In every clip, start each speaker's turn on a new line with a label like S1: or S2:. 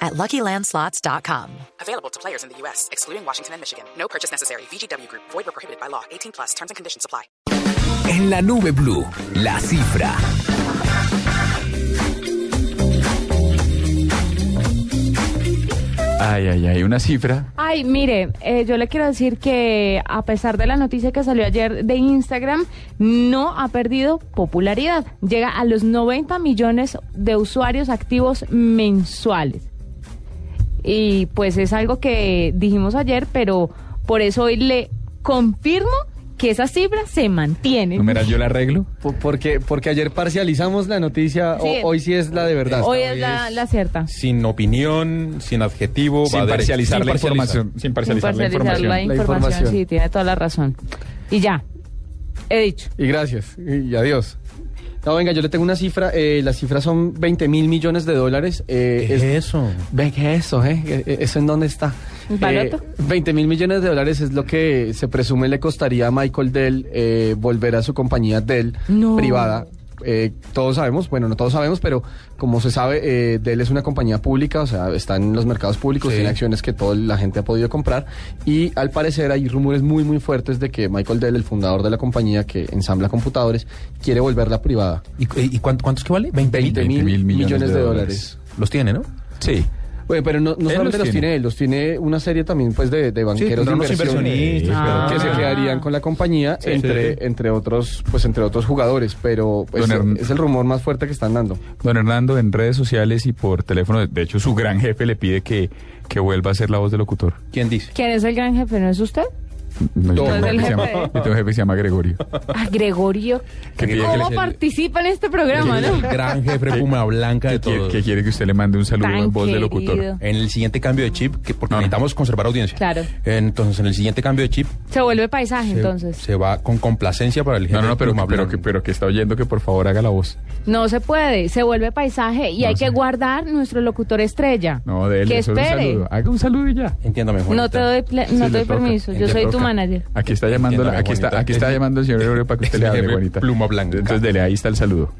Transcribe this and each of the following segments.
S1: at luckylandslots.com.
S2: Available to players in the U.S., excluding Washington and Michigan. No purchase necessary. VGW Group, void or prohibited by law. 18 plus terms and conditions apply.
S3: En la nube blue, la cifra.
S4: Ay, ay, ay, una cifra.
S5: Ay, mire, eh, yo le quiero decir que a pesar de la noticia que salió ayer de Instagram, no ha perdido popularidad. Llega a los 90 millones de usuarios activos mensuales. Y pues es algo que dijimos ayer, pero por eso hoy le confirmo que esa cifra se mantiene.
S4: Numeral, yo la arreglo.
S6: Po- Porque, porque ayer parcializamos la noticia,
S5: Sí.
S6: o- hoy sí es la de verdad.
S5: Hoy es la, la cierta.
S7: sin opinión, sin adjetivo,
S4: Sin
S7: va derecho.
S4: parcializar
S7: Sin
S4: la
S7: parcializar.
S4: información. Sin parcializar la
S5: Imparcializar
S4: información.
S6: La información.
S5: sí, tiene toda la razón. Y ya, he dicho.
S6: Y gracias, y, y adiós. No, venga, yo le tengo una cifra. eh, las cifras son 20 mil millones de dólares. eh, es-
S7: eso?
S6: Ve que eso, ¿eh? Eh, eh, ¿Eso en dónde está?
S5: ¿Barato?
S6: 20 mil millones de dólares es lo que se presume le costaría a Michael Dell eh, volver a su compañía Dell
S5: No.
S6: privada. Eh, todos sabemos, bueno, no todos sabemos, pero como se sabe, eh, Dell es una compañía pública, o sea, está en los mercados públicos,
S7: Sí.
S6: tiene acciones que toda la gente ha podido comprar y al parecer hay rumores muy, muy fuertes de que Michael Dell, el fundador de la compañía que ensambla computadores, quiere volverla privada.
S7: ¿Y, y cuánto, cuántos que vale? 20 mil.
S6: 20 mil millones, de dólares.
S7: Los tiene, ¿no?
S4: Sí.
S6: Bueno, pero no, no
S7: Él
S6: solamente
S7: los tiene.
S6: los tiene él, los tiene una serie también pues de, de banqueros de
S7: tendrá unos
S6: inversión,
S7: inversionistas,
S5: Ah.
S6: que se
S5: pero-
S6: quedarían con la compañía
S7: Sí.
S6: entre
S7: Sí.
S6: entre otros pues entre otros jugadores, pero pues,
S4: Don Hern-
S6: es el rumor más fuerte que están dando.
S4: Don Hernando, en redes sociales y por teléfono, de- de hecho, su gran jefe le pide que, que vuelva a ser la voz del locutor.
S7: ¿Quién dice?
S5: ¿Quién es el gran jefe? ¿No es usted?
S4: No, yo tengo
S6: Don-
S4: un
S5: Don el
S4: jefe que se llama-
S5: jefe.
S4: yo tengo un jefe que se llama Gregorio.
S5: A Gregorio.
S4: Que pide que,
S5: ¿Cómo
S4: le-
S5: participa en este programa,
S7: El
S5: no?
S7: gran jefe Puma Blanca de
S4: que quiere-
S7: todos.
S4: que quiere que usted le mande un saludo
S5: Tan
S4: en voz de
S5: querido.
S4: locutor.
S7: En el siguiente cambio de chip, que porque
S4: Ah.
S7: necesitamos conservar audiencia.
S5: Claro.
S7: Entonces, en el siguiente cambio de chip,
S5: Se vuelve paisaje,
S7: se-
S5: entonces.
S7: se va con complacencia para el jefe
S4: No, no, no, pero,
S7: Puma
S4: pero,
S7: Blanca.
S4: que, pero que está oyendo que por favor haga la voz.
S5: No se puede, se vuelve paisaje y
S4: No
S5: hay
S4: sé.
S5: que guardar nuestro locutor estrella.
S4: No, de él,
S5: que
S4: solo un
S5: espere.
S4: saludo. Haga un saludo y ya.
S7: Entiéndame, Juanita.
S5: No te doy, pla-
S4: Sí,
S5: no
S4: le
S5: te doy
S4: toca.
S5: permiso, yo
S4: Le
S5: soy tu
S4: toca.
S5: manager.
S4: Aquí está llamando, la-
S7: Entiéndame,
S4: aquí está,
S7: Juanita.
S4: aquí está
S7: Es-
S4: llamando el señor Gregorio para que usted le hable,
S7: Jefe
S4: Juanita.
S7: Pluma Blanca.
S4: Entonces, dele, ahí está el saludo.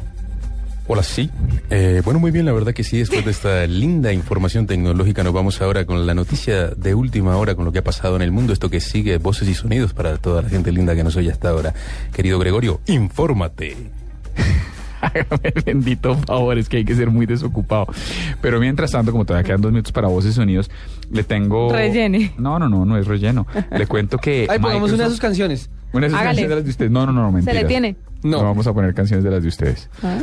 S7: Hola, sí. Eh, bueno, muy bien, la verdad que sí, después de esta linda información tecnológica nos vamos ahora con la noticia de última hora, con lo que ha pasado en el mundo, esto que sigue, voces y sonidos para toda la gente linda que nos oye hasta ahora. Querido Gregorio, infórmate.
S4: Hágame el bendito favor, es que hay que ser muy desocupado. Pero mientras tanto, como todavía quedan dos minutos para voces y sonidos, le tengo.
S5: Rellene.
S4: No, no, no, no es relleno. Le cuento
S7: Eh,
S4: que.
S6: Ahí pongamos una de sus
S4: Microsoft-
S6: canciones.
S4: una de sus
S5: Hágale.
S4: canciones de las de ustedes. No, no, no, no, mentira.
S5: le tiene?
S4: No.
S6: No.
S4: vamos a poner canciones de las de ustedes.
S5: Claro,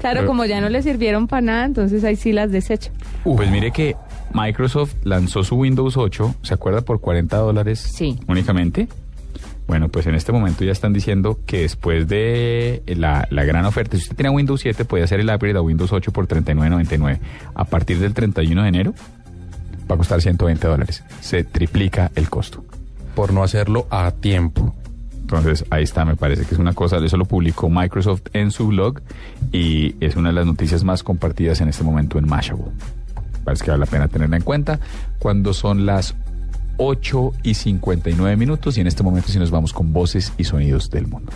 S4: Pero-
S5: como ya no le sirvieron para nada, entonces ahí sí las desecho.
S4: Pues mire que Microsoft lanzó su Windows 8, ¿se acuerda? Por 40 dólares
S5: Sí.
S4: únicamente. Bueno, pues en este momento ya están diciendo que después de la, la gran oferta, si usted tiene Windows 7, puede hacer el upgrade a Windows 8 por 39.99. A partir del 31 de enero va a costar 120 dólares. Se triplica el costo.
S7: Por no hacerlo a tiempo.
S4: Entonces, ahí está, me parece que es una cosa, eso lo publicó Microsoft en su blog y es una de las noticias más compartidas en este momento en Mashable. Parece que vale la pena tenerla en cuenta cuando son las 8 y 59 minutos y en este momento sí nos vamos con voces y sonidos del mundo.